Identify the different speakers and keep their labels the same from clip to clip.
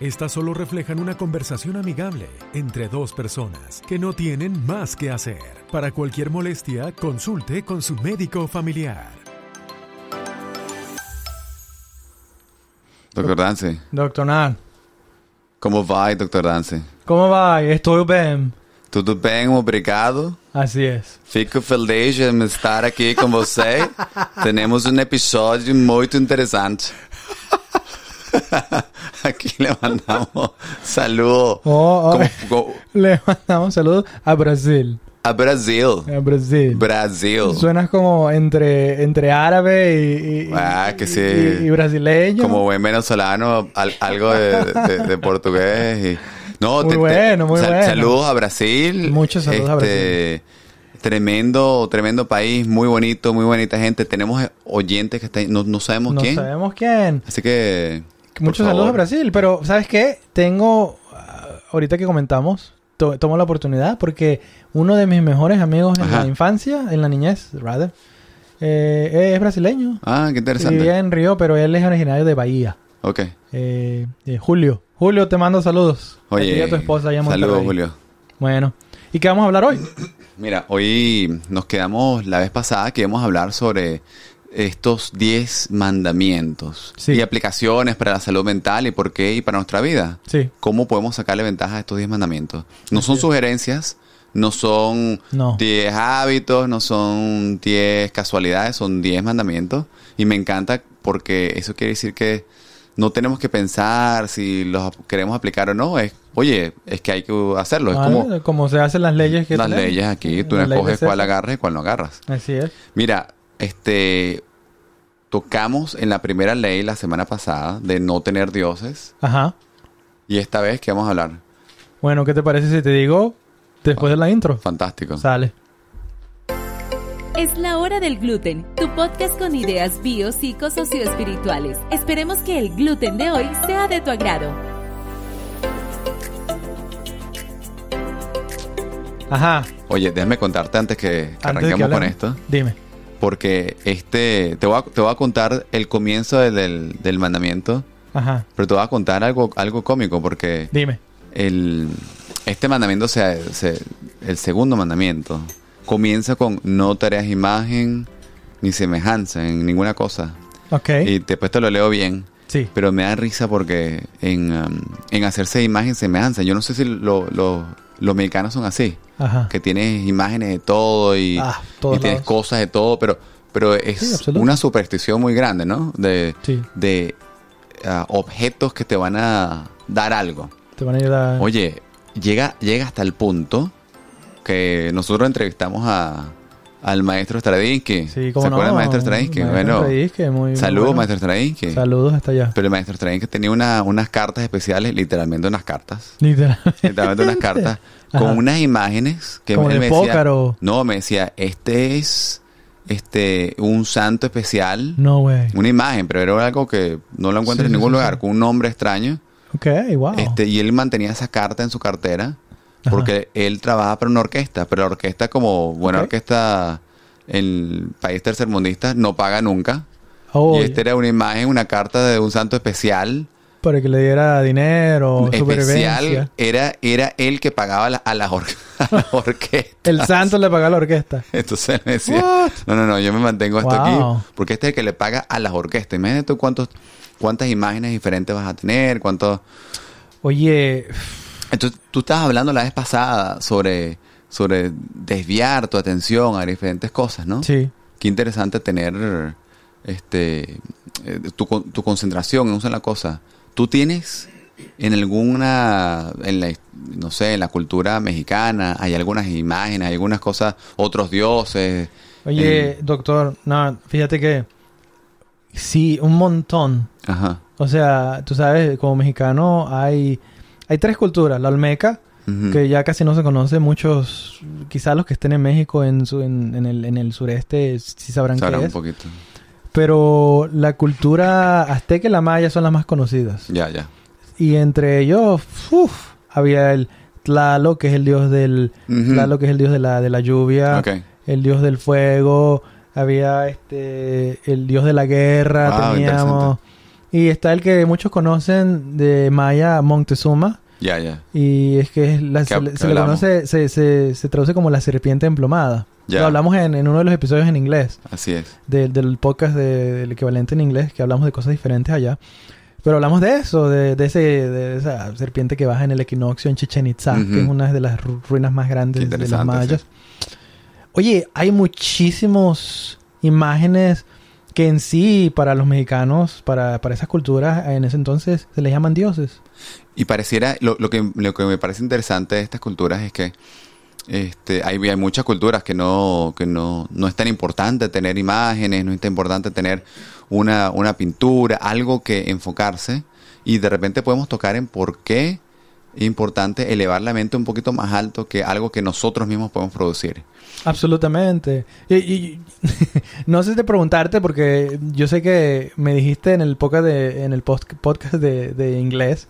Speaker 1: Estas solo reflejan una conversación amigable entre dos personas que no tienen más que hacer. Para cualquier molestia, consulte con su médico familiar.
Speaker 2: Doctor Dance,
Speaker 3: Doctor Nan,
Speaker 2: como vai, Doctor Dance?
Speaker 3: como vai? Estou bem.
Speaker 2: Tudo bem, obrigado.
Speaker 3: Assim é.
Speaker 2: Fico feliz de estar aqui com você. Temos um episódio muito interessante. aqui le mandamos um saludo
Speaker 3: Oh, oh.
Speaker 2: com- com-
Speaker 3: Le mandamos saludos a Brasil.
Speaker 2: a Brasil.
Speaker 3: A Brasil.
Speaker 2: Brasil.
Speaker 3: Suenas como entre, entre árabe y, y-
Speaker 2: Ah, que
Speaker 3: y-
Speaker 2: sí.
Speaker 3: y- y brasileño.
Speaker 2: Como buen venezolano, al- algo de, de- de portugués. y- No,
Speaker 3: Muy bueno, muy bueno.
Speaker 2: Saludos a Brasil. Este,
Speaker 3: Muchos saludos a Brasil.
Speaker 2: Tremendo, tremendo país, muy bonito, muy bonita gente. Tenemos oyentes que están, no, no sabemos
Speaker 3: no
Speaker 2: quién.
Speaker 3: sabemos quién.
Speaker 2: Así que. por
Speaker 3: Muchos saludos
Speaker 2: favor.
Speaker 3: a Brasil, pero ¿sabes qué? Tengo, ah, ahorita que comentamos, to- tomo la oportunidad porque uno de mis mejores amigos en
Speaker 2: Ajá.
Speaker 3: la infancia, en la niñez, rather, eh, es brasileño.
Speaker 2: Ah, qué
Speaker 3: Y
Speaker 2: interesante.
Speaker 3: Vivía en Río, pero él es originario de Bahía.
Speaker 2: Ok.
Speaker 3: Eh, eh, Julio. Julio, te mando saludos. A ti y
Speaker 2: Oye,
Speaker 3: a tu esposa allá en
Speaker 2: saludos,
Speaker 3: Monterrey.
Speaker 2: Julio.
Speaker 3: Bueno, ¿y qué vamos a hablar hoy?
Speaker 2: Mira, hoy nos quedamos la vez pasada que íbamos a hablar sobre estos 10 mandamientos
Speaker 3: Sí.
Speaker 2: y aplicaciones para la salud mental y por qué y para nuestra vida.
Speaker 3: Sí.
Speaker 2: ¿Cómo podemos sacarle ventaja a estos 10 mandamientos? No son sugerencias, no son
Speaker 3: No.
Speaker 2: 10 hábitos, no son 10 casualidades, son 10 mandamientos. Y me encanta porque eso quiere decir que no tenemos que pensar si los ap- queremos aplicar o no. Es, oye, es que hay que hacerlo. Es
Speaker 3: Ah,
Speaker 2: como
Speaker 3: como, se hacen las leyes que
Speaker 2: las
Speaker 3: tenemos.
Speaker 2: leyes aquí, tú
Speaker 3: Las leyes
Speaker 2: escoges cuál
Speaker 3: esas.
Speaker 2: agarras y cuál no agarras.
Speaker 3: Así es.
Speaker 2: Mira, este tocamos en la primera ley la semana pasada de no tener dioses
Speaker 3: Ajá.
Speaker 2: y esta vez que vamos a hablar.
Speaker 3: Bueno, ¿qué te parece si te digo después de la intro?
Speaker 2: Fantástico.
Speaker 3: Sale.
Speaker 4: Es la hora del gluten, tu podcast con ideas bio, psico, socioespirituales. Esperemos que el gluten de hoy sea de tu agrado.
Speaker 3: Ajá.
Speaker 2: Oye, déjame contarte antes que, que
Speaker 3: Antes de que
Speaker 2: arranquemos con
Speaker 3: hablemos.
Speaker 2: esto,
Speaker 3: Dime.
Speaker 2: porque este te voy a, te voy a contar el comienzo del, del- del mandamiento,
Speaker 3: Ajá.
Speaker 2: pero te voy a contar algo algo cómico porque
Speaker 3: Dime.
Speaker 2: el este mandamiento se- se- el segundo mandamiento comienza con no tareas imagen ni semejanza en ninguna cosa.
Speaker 3: Ok.
Speaker 2: Y después te lo leo bien.
Speaker 3: Sí.
Speaker 2: Pero me da risa porque en, um, en hacerse imagen semejanza. Yo no sé si lo- lo- los mexicanos son así.
Speaker 3: Ajá.
Speaker 2: Que tienes imágenes de todo y,
Speaker 3: Ah, todos
Speaker 2: y tienes
Speaker 3: lados.
Speaker 2: cosas de todo. Pero, pero es
Speaker 3: Sí, absoluto.
Speaker 2: una superstición muy grande, ¿no? De,
Speaker 3: Sí.
Speaker 2: de ah, objetos que te van a dar algo.
Speaker 3: Te van a ayudar.
Speaker 2: Oye, llega, llega hasta el punto que nosotros entrevistamos a, al maestro Stradinsky.
Speaker 3: Sí,
Speaker 2: ¿Se
Speaker 3: cómo
Speaker 2: acuerdan del
Speaker 3: no?
Speaker 2: maestro Stradinsky?
Speaker 3: Maestro
Speaker 2: bueno,
Speaker 3: Stradinsky, muy- muy
Speaker 2: saludos,
Speaker 3: bueno.
Speaker 2: maestro Stradinsky.
Speaker 3: Saludos hasta allá.
Speaker 2: Pero el maestro Stradinsky tenía una- unas cartas especiales, literalmente unas cartas.
Speaker 3: Literalmente.
Speaker 2: Literalmente unas cartas con
Speaker 3: Ajá.
Speaker 2: unas imágenes que
Speaker 3: Como
Speaker 2: él
Speaker 3: de
Speaker 2: me decía.
Speaker 3: pócaro.
Speaker 2: No, me decía, este es este un santo especial.
Speaker 3: No, güey.
Speaker 2: Una imagen, pero era algo que no lo encuentras
Speaker 3: Mm.
Speaker 2: en
Speaker 3: Sí, sí,
Speaker 2: ningún
Speaker 3: sí,
Speaker 2: lugar,
Speaker 3: sí.
Speaker 2: con un nombre extraño.
Speaker 3: Ok, wow.
Speaker 2: Este, y él mantenía esa carta en su cartera porque él trabaja para una orquesta, pero la orquesta como buena
Speaker 3: Ok.
Speaker 2: orquesta en país tercermundista no paga nunca.
Speaker 3: Oh,
Speaker 2: Y esta era una imagen, una carta de un santo especial.
Speaker 3: Para que le diera dinero,
Speaker 2: especial
Speaker 3: Oh, supervivencia.
Speaker 2: era, era él que pagaba la- a las or- a las orquestas.
Speaker 3: El santo le pagaba a la orquesta.
Speaker 2: Entonces me decía,
Speaker 3: What?
Speaker 2: no, no, no, yo me mantengo hasta
Speaker 3: Wow.
Speaker 2: aquí porque este es el que le paga a las orquestas. Imagínate tú cuántos, cuántas imágenes diferentes vas a tener, cuántos...
Speaker 3: Oye,
Speaker 2: Entonces, tú estabas hablando la vez pasada sobre, sobre desviar tu atención a diferentes cosas, ¿no?
Speaker 3: sí,
Speaker 2: Qué interesante tener este eh, tu, con- tu concentración en una sola cosa. ¿Tú tienes en alguna, en la, no sé, en la cultura mexicana, hay algunas imágenes, hay algunas cosas, otros dioses?
Speaker 3: oye,
Speaker 2: Eh,
Speaker 3: doctor, no, fíjate que sí, un montón.
Speaker 2: ajá.
Speaker 3: O sea, tú sabes, como mexicano hay hay tres culturas, la olmeca,
Speaker 2: Ujú.
Speaker 3: que ya casi no se conoce. Muchos, quizás los que estén en México, en, su- en, en el, en el sureste, sí sabrán
Speaker 2: Sabrá
Speaker 3: qué
Speaker 2: un
Speaker 3: es.
Speaker 2: poquito.
Speaker 3: Pero la cultura azteca y la maya son las más conocidas.
Speaker 2: Ya, ya.
Speaker 3: Y entre ellos, uf, había el Tlaloc, que es el dios del...
Speaker 2: Ujú.
Speaker 3: Tlaloc, que es el dios de la, de la lluvia.
Speaker 2: Ok.
Speaker 3: el dios del fuego, había este el dios de la guerra,
Speaker 2: Wow,
Speaker 3: teníamos y está el que muchos conocen de Maya Montezuma
Speaker 2: Ya, ya.
Speaker 3: y es que es la-
Speaker 2: Que
Speaker 3: se,
Speaker 2: hab-
Speaker 3: le-
Speaker 2: que
Speaker 3: se le
Speaker 2: hablamos.
Speaker 3: conoce se, se- se traduce como la serpiente emplomada.
Speaker 2: Ya.
Speaker 3: Lo hablamos en, en uno de los episodios en inglés
Speaker 2: Así es.
Speaker 3: del- del podcast de- del equivalente en inglés que hablamos de cosas diferentes allá. Pero hablamos de eso, de, de ese, de esa serpiente que baja en el equinoccio en Chichen Itza, que
Speaker 2: Ujú.
Speaker 3: es una de las ru- ruinas más
Speaker 2: Qué
Speaker 3: grandes de las
Speaker 2: interesante,
Speaker 3: mayas. Oye, hay muchísimas imágenes que en sí para los mexicanos, para, para esas culturas en ese entonces se les llaman dioses.
Speaker 2: Y pareciera, lo, lo que, lo que me parece interesante de estas culturas es que este, hay, hay muchas culturas que no, que no, no es tan importante tener imágenes, no es tan importante tener una, una pintura, algo que enfocarse. Y de repente podemos tocar en por qué es importante elevar la mente un poquito más alto que algo que nosotros mismos podemos producir.
Speaker 3: Absolutamente. Y, y- y- no sé de preguntarte porque yo sé que me dijiste en el podcast de, en el post- podcast de, de inglés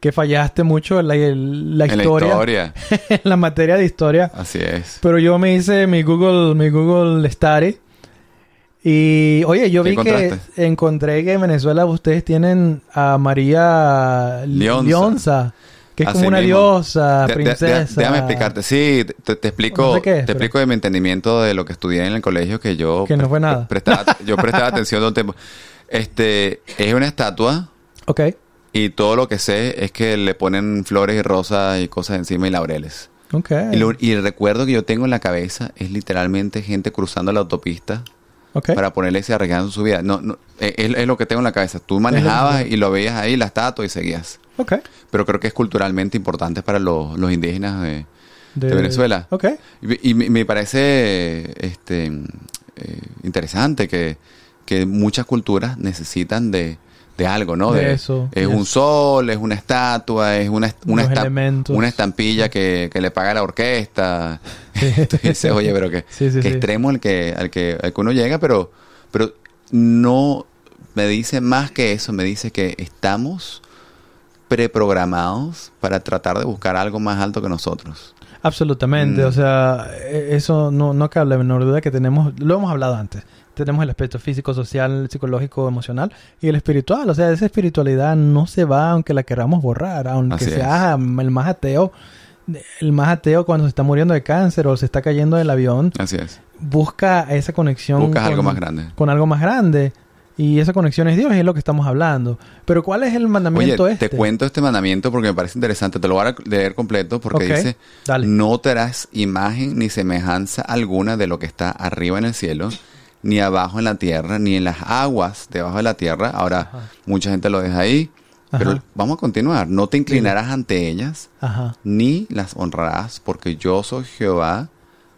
Speaker 3: que fallaste mucho en la, en la
Speaker 2: En
Speaker 3: historia, en
Speaker 2: la
Speaker 3: la,
Speaker 2: historia.
Speaker 3: materia de historia.
Speaker 2: Así es.
Speaker 3: Pero yo me hice mi Google, mi Google Study. Y oye, yo
Speaker 2: ¿Qué
Speaker 3: vi que
Speaker 2: encontraste?
Speaker 3: encontré que en Venezuela ustedes tienen a María Lionza,
Speaker 2: Leonza.
Speaker 3: que es
Speaker 2: Así
Speaker 3: como una
Speaker 2: mismo. De-
Speaker 3: diosa,
Speaker 2: de- de-
Speaker 3: princesa.
Speaker 2: déjame explicarte. Sí, te, te explico,
Speaker 3: No sé qué es,
Speaker 2: te
Speaker 3: pero-
Speaker 2: explico de mi entendimiento de lo que estudié en el colegio que yo
Speaker 3: Que no fue nada.
Speaker 2: prestaba, yo prestaba atención todo el tiempo. Este, es una estatua
Speaker 3: Ok.
Speaker 2: y todo lo que sé es que le ponen flores y rosas y cosas encima y laureles.
Speaker 3: Ok.
Speaker 2: Y, lo- y el recuerdo que yo tengo en la cabeza es literalmente gente cruzando la autopista
Speaker 3: ok.
Speaker 2: para ponerle ese arriesgando su vida. No, no, es, es lo que tengo en la cabeza. Tú manejabas y lo veías ahí, la estatua y seguías.
Speaker 3: Ok.
Speaker 2: Pero creo que es culturalmente importante para los, los indígenas. eh, de Venezuela.
Speaker 3: Ok.
Speaker 2: Y, y me, me parece este, eh, interesante que, que muchas culturas necesitan de, de algo, ¿no?
Speaker 3: De eso,
Speaker 2: Es
Speaker 3: yes.
Speaker 2: un sol, es una estatua, es una, est- una,
Speaker 3: Los
Speaker 2: estam-
Speaker 3: elementos.
Speaker 2: una estampilla que, que le paga la orquesta. Tú dices, oye, pero que,
Speaker 3: Sí, sí,
Speaker 2: que
Speaker 3: sí.
Speaker 2: extremo al que, al, que, al que uno llega, pero, pero no me dice más que eso, me dice que estamos preprogramados para tratar de buscar algo más alto que nosotros.
Speaker 3: Absolutamente.
Speaker 2: Mm.
Speaker 3: O sea, e- eso no, no cabe la menor duda que tenemos, lo hemos hablado antes. Tenemos el aspecto físico, social, psicológico, emocional y el espiritual. O sea, esa espiritualidad no se va aunque la queramos borrar, aunque
Speaker 2: Así es.
Speaker 3: sea el más ateo. El más ateo cuando se está muriendo de cáncer o se está cayendo del avión,
Speaker 2: Así es.
Speaker 3: busca esa conexión.
Speaker 2: Buscas
Speaker 3: con-
Speaker 2: algo más grande.
Speaker 3: Con algo más grande. Y esa conexión es Dios y es lo que estamos hablando. Pero ¿cuál es el
Speaker 2: Oye,
Speaker 3: mandamiento este?
Speaker 2: te cuento este mandamiento porque me parece interesante. Te lo voy a leer completo porque
Speaker 3: Ok,
Speaker 2: dice:
Speaker 3: dale.
Speaker 2: No te harás imagen ni semejanza alguna de lo que está arriba en el cielo, ni abajo en la tierra, ni en las aguas debajo de la tierra. Ahora, mucha gente lo deja ahí,
Speaker 3: Ajá.
Speaker 2: pero vamos a continuar. No te inclinarás ante ellas,
Speaker 3: Ajá.
Speaker 2: ni las honrarás, porque yo soy Jehová,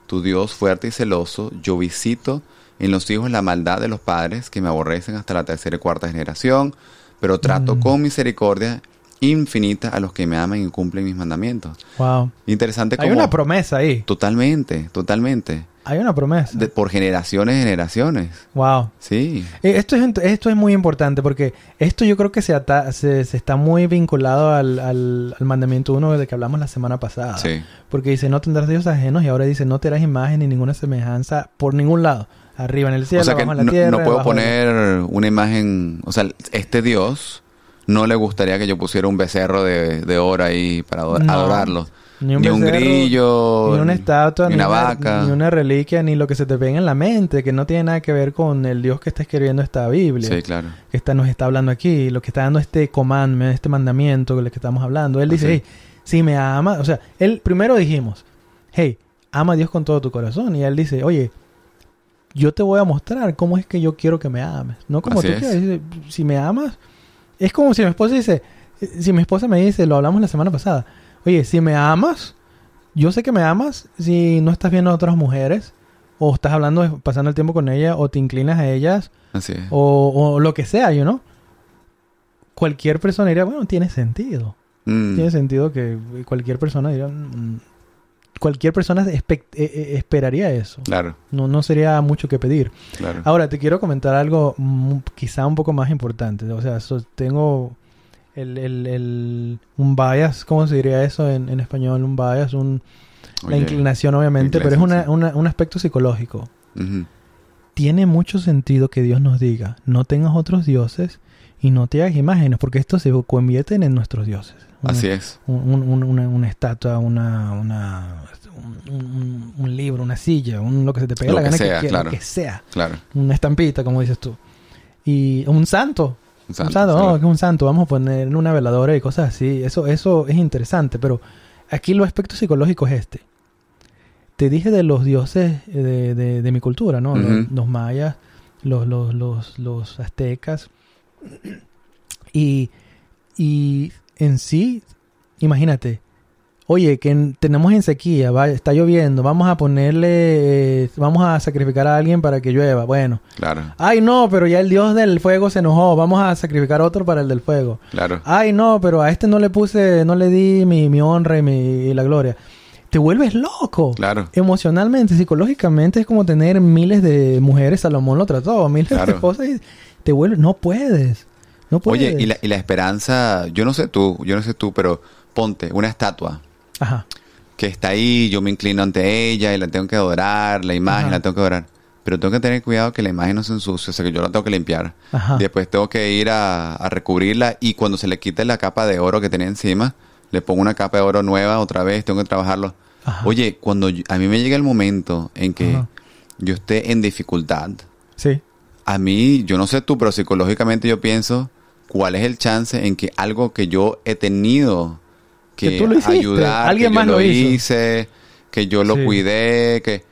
Speaker 2: tu Dios fuerte y celoso, yo visito en los hijos la maldad de los padres que me aborrecen hasta la tercera y cuarta generación, pero trato
Speaker 3: Mm.
Speaker 2: con misericordia infinita a los que me aman y cumplen mis mandamientos.
Speaker 3: Wow.
Speaker 2: Interesante como...
Speaker 3: Hay una promesa ahí.
Speaker 2: Totalmente, totalmente.
Speaker 3: Hay una promesa.
Speaker 2: De- por generaciones, generaciones.
Speaker 3: Wow.
Speaker 2: Sí.
Speaker 3: Eh, Esto es, ent- esto es muy importante porque esto yo creo que se, ata- se, se está muy vinculado al, al, al mandamiento 1 del que hablamos la semana pasada.
Speaker 2: Sí.
Speaker 3: Porque dice no tendrás dioses ajenos y ahora dice no te harás imagen ni ninguna semejanza por ningún lado. Arriba en el cielo,
Speaker 2: o sea que
Speaker 3: abajo
Speaker 2: no,
Speaker 3: en la tierra.
Speaker 2: no puedo
Speaker 3: abajo en-
Speaker 2: poner una imagen, o sea, este Dios no le gustaría que yo pusiera un becerro de, de oro ahí para ador-
Speaker 3: No,
Speaker 2: adorarlo.
Speaker 3: ni un becerro,
Speaker 2: grillo,
Speaker 3: Ni una estatua,
Speaker 2: ni una vaca.
Speaker 3: ni una reliquia, ni lo que se te venga en la mente, que no tiene nada que ver con el Dios que está escribiendo esta Biblia.
Speaker 2: Sí, claro.
Speaker 3: que está, nos está hablando aquí, lo que está dando este comandamiento, este mandamiento del que estamos hablando. Él dice,
Speaker 2: Así.
Speaker 3: hey, si me ama, o sea, él primero dijimos, hey, ama a Dios con todo tu corazón. Y él dice, oye, yo te voy a mostrar cómo es que yo quiero que me ames. No como
Speaker 2: Así
Speaker 3: tú
Speaker 2: es.
Speaker 3: quieres. Dice, si me amas, es como si mi esposa dice, si mi esposa me dice, lo hablamos la semana pasada, oye, si me amas, yo sé que me amas si no estás viendo a otras mujeres. O estás hablando, pasando el tiempo con ella, o te inclinas a ellas,
Speaker 2: Así
Speaker 3: Oh,
Speaker 2: es.
Speaker 3: o, o lo que sea, yo no. Cualquier persona diría, bueno, tiene sentido.
Speaker 2: Mm.
Speaker 3: Tiene sentido que cualquier persona diría... mm, Cualquier persona expect- eh, eh, esperaría eso.
Speaker 2: Claro,
Speaker 3: No, no sería mucho que pedir.
Speaker 2: claro.
Speaker 3: Ahora, te quiero comentar algo mm, quizá un poco más importante. O sea, so- tengo el, el- el- un bias, ¿cómo se diría eso en, en español? Un bias, un, la
Speaker 2: Oye,
Speaker 3: inclinación obviamente, pero es una,
Speaker 2: inclinación,
Speaker 3: una- un aspecto psicológico.
Speaker 2: ujú.
Speaker 3: Tiene mucho sentido que Dios nos diga, no tengas otros dioses y no te hagas imágenes, porque estos se convierten en nuestros dioses. Una-
Speaker 2: Así es.
Speaker 3: un- un- un- una, una estatua, una, una- un, un- un libro, una silla, un, lo que se te pegue
Speaker 2: Lo
Speaker 3: la
Speaker 2: que
Speaker 3: gana
Speaker 2: sea,
Speaker 3: que, quieras,
Speaker 2: claro.
Speaker 3: lo que sea
Speaker 2: Claro.
Speaker 3: una estampita, como dices tú. Y un santo.
Speaker 2: Un
Speaker 3: un
Speaker 2: santo,
Speaker 3: santo, no,
Speaker 2: claro.
Speaker 3: que un santo. Vamos a poner en una veladora y cosas así. Eso, eso es interesante, pero aquí lo aspecto psicológico es este. Te dije de los dioses eh, de, de- de mi cultura, ¿no? Los-
Speaker 2: Ujú.
Speaker 3: los, mayas, los, los, los, los aztecas. Y, y en sí, imagínate. Oye, que en- tenemos en sequía, va- está lloviendo, vamos a ponerle, eh, vamos a sacrificar a alguien para que llueva. Bueno,
Speaker 2: Claro,
Speaker 3: Ay, no, pero ya el dios del fuego se enojó. Vamos a sacrificar otro para el del fuego.
Speaker 2: claro.
Speaker 3: Ay, no, pero a este no le puse, no le di mi, mi honra y, mi, y la gloria. Te vuelves loco.
Speaker 2: Claro.
Speaker 3: Emocionalmente, psicológicamente es como tener miles de mujeres. Salomón lo trató, miles de
Speaker 2: Claro.
Speaker 3: esposas y te vuelves. No puedes. No puedes.
Speaker 2: Oye, y la, y la esperanza, yo no sé tú, yo no sé tú, pero ponte una estatua
Speaker 3: Ajá.
Speaker 2: que está ahí, yo me inclino ante ella y la tengo que adorar, la imagen
Speaker 3: Ajá.
Speaker 2: la tengo que adorar. Pero tengo que tener cuidado que la imagen no se ensucie, o sea que yo la tengo que limpiar.
Speaker 3: Ajá.
Speaker 2: Después tengo que ir a, a recubrirla y cuando se le quite la capa de oro que tenía encima, le pongo una capa de oro nueva otra vez, tengo que trabajarlo.
Speaker 3: Ajá.
Speaker 2: Oye, cuando yo- a mí me llega el momento en que
Speaker 3: Ajá.
Speaker 2: yo esté en dificultad,
Speaker 3: Sí.
Speaker 2: a mí, yo no sé tú, pero psicológicamente yo pienso, ¿cuál es el chance en que algo que yo he tenido que,
Speaker 3: Que tú lo hiciste,
Speaker 2: ayudar,
Speaker 3: alguien
Speaker 2: que
Speaker 3: más
Speaker 2: yo
Speaker 3: lo hizo.
Speaker 2: hice, que yo lo
Speaker 3: Sí.
Speaker 2: cuidé, que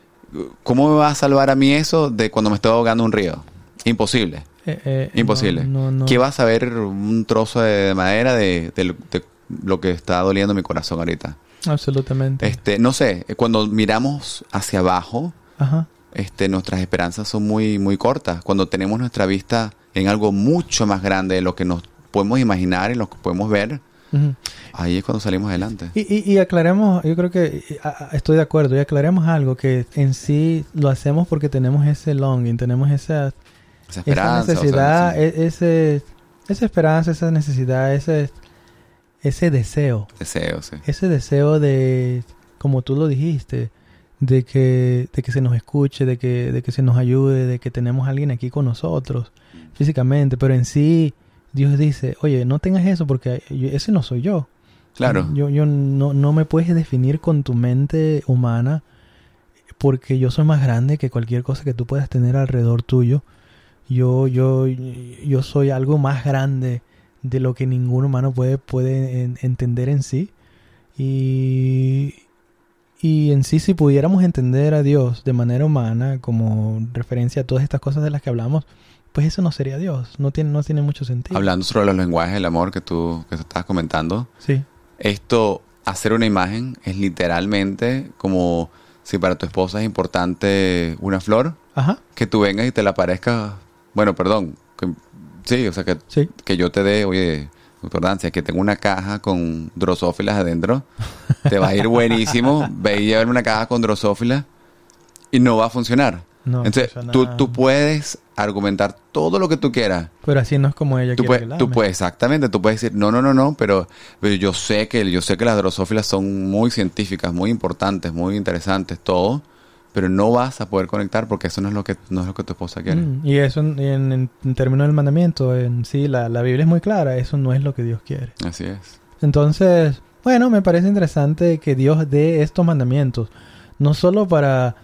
Speaker 2: cómo me va a salvar a mí eso de cuando me estoy ahogando en un río? Imposible,
Speaker 3: Eh, eh,
Speaker 2: imposible.
Speaker 3: No, no, no.
Speaker 2: ¿Qué va a saber un trozo de madera de, de lo- de lo que está doliendo mi corazón ahorita?
Speaker 3: Absolutamente.
Speaker 2: Este, no sé, cuando miramos hacia abajo,
Speaker 3: Ajá.
Speaker 2: este, nuestras esperanzas son muy, muy cortas. Cuando tenemos nuestra vista en algo mucho más grande de lo que nos podemos imaginar y lo que podemos ver,
Speaker 3: Ujú.
Speaker 2: ahí es cuando salimos adelante.
Speaker 3: Y, y, y aclaremos, yo creo que y, a- a- estoy de acuerdo, y aclaremos algo que en sí lo hacemos porque tenemos ese longing, tenemos esa,
Speaker 2: Esa
Speaker 3: esa
Speaker 2: esperanza. o sea,
Speaker 3: necesidad,
Speaker 2: ese
Speaker 3: e- ese, esa esperanza, esa necesidad, ese, ese deseo,
Speaker 2: deseo, sí.
Speaker 3: ese deseo de, como tú lo dijiste, de que, de que se nos escuche, de que, de que se nos ayude, de que tenemos a alguien aquí con nosotros físicamente, pero en sí Dios dice, oye, no tengas eso porque yo- ese no soy yo.
Speaker 2: Claro,
Speaker 3: Yo, yo no, no me puedes definir con tu mente humana porque yo soy más grande que cualquier cosa que tú puedas tener alrededor tuyo. Yo, yo, yo soy algo más grande de lo que ningún humano puede, puede en- entender en sí. Y, y en sí, si pudiéramos entender a Dios de manera humana, como referencia a todas estas cosas de las que hablamos, pues eso no sería Dios. No tiene, no tiene mucho sentido.
Speaker 2: hablando sobre los lenguajes del amor que tú, que tú estabas comentando,
Speaker 3: Sí.
Speaker 2: esto, hacer una imagen es literalmente como si para tu esposa es importante una flor,
Speaker 3: Ajá.
Speaker 2: que tú vengas y te la parezca, bueno, perdón, que- sí, o sea, que,
Speaker 3: Sí.
Speaker 2: que yo te dé, oye, doctor Dancia, que tengo una caja con drosófilas adentro, te va a ir buenísimo, ve y llevarme una caja con drosófilas y no va a funcionar.
Speaker 3: No,
Speaker 2: Entonces,
Speaker 3: funciona-
Speaker 2: tú, tú puedes argumentar todo lo que tú quieras.
Speaker 3: Pero así no es como ella
Speaker 2: Tú
Speaker 3: quiere
Speaker 2: puedes,
Speaker 3: que la
Speaker 2: tú
Speaker 3: ame.
Speaker 2: puedes, exactamente, tú puedes decir, no, no, no, no, pero, pero yo sé que yo sé que las drosófilas son muy científicas, muy importantes, muy interesantes, todo, pero no vas a poder conectar porque eso no es lo que no es lo que tu esposa quiere.
Speaker 3: Mm, y eso en, en- en términos del mandamiento, en sí, la, la Biblia es muy clara, eso no es lo que Dios quiere.
Speaker 2: Así es.
Speaker 3: Entonces, bueno, me parece interesante que Dios dé estos mandamientos, no solo para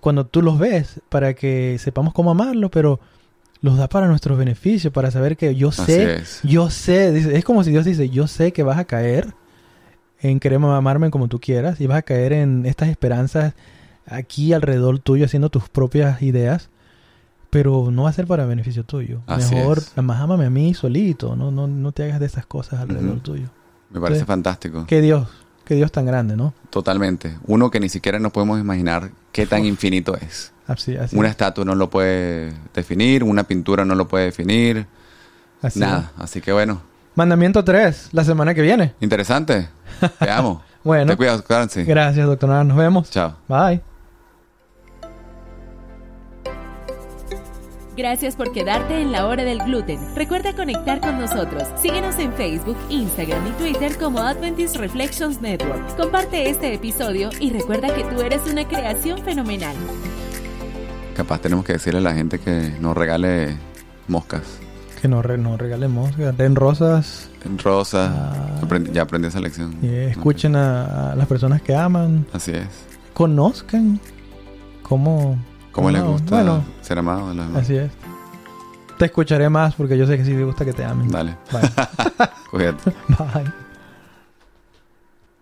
Speaker 3: cuando tú los ves, para que sepamos cómo amarlo, pero los da para nuestros beneficios, para saber que yo
Speaker 2: Así
Speaker 3: sé,
Speaker 2: es.
Speaker 3: yo sé, dice, es como si Dios dice, yo sé que vas a caer en querer amarme como tú quieras y vas a caer en estas esperanzas aquí alrededor tuyo haciendo tus propias ideas, pero no va a ser para beneficio tuyo.
Speaker 2: Así
Speaker 3: Mejor,
Speaker 2: es.
Speaker 3: nada más ámame a mí solito, no, no, no te hagas de esas cosas alrededor
Speaker 2: Ujú.
Speaker 3: tuyo.
Speaker 2: Me parece
Speaker 3: Sí.
Speaker 2: fantástico.
Speaker 3: Qué Dios, qué Dios tan grande, ¿no?
Speaker 2: Totalmente. Uno que ni siquiera nos podemos imaginar qué tan infinito es.
Speaker 3: Así, así,
Speaker 2: Una estatua no lo puede definir, una pintura no lo puede definir,
Speaker 3: así.
Speaker 2: nada. Así que bueno,
Speaker 3: Mandamiento 3, la semana que viene.
Speaker 2: Interesante. Te amo.
Speaker 3: Bueno.
Speaker 2: Te cuidas, Clancy.
Speaker 3: Gracias, doctora. Nos vemos.
Speaker 2: Chao.
Speaker 3: Bye.
Speaker 4: Gracias por quedarte en la hora del gluten. Recuerda conectar con nosotros. Síguenos en Facebook, Instagram y Twitter como Adventist Reflections Network. Comparte este episodio y recuerda que tú eres una creación fenomenal.
Speaker 2: Capaz tenemos que decirle a la gente que nos regale moscas.
Speaker 3: Que no, re- no regalemos, que den rosas,
Speaker 2: Rosa.
Speaker 3: Ah.
Speaker 2: Aprendi- ya aprendí esa lección.
Speaker 3: y Eh, escuchen a, a las personas que aman,
Speaker 2: Así es.
Speaker 3: conozcan cómo...
Speaker 2: Como les
Speaker 3: no,
Speaker 2: gusta
Speaker 3: Ah, Bueno,
Speaker 2: ser amado de los demás.
Speaker 3: así es. Te escucharé más porque yo sé que sí te gusta que te amen.
Speaker 2: Dale,
Speaker 3: Bye.
Speaker 2: cuídate.
Speaker 3: Bye.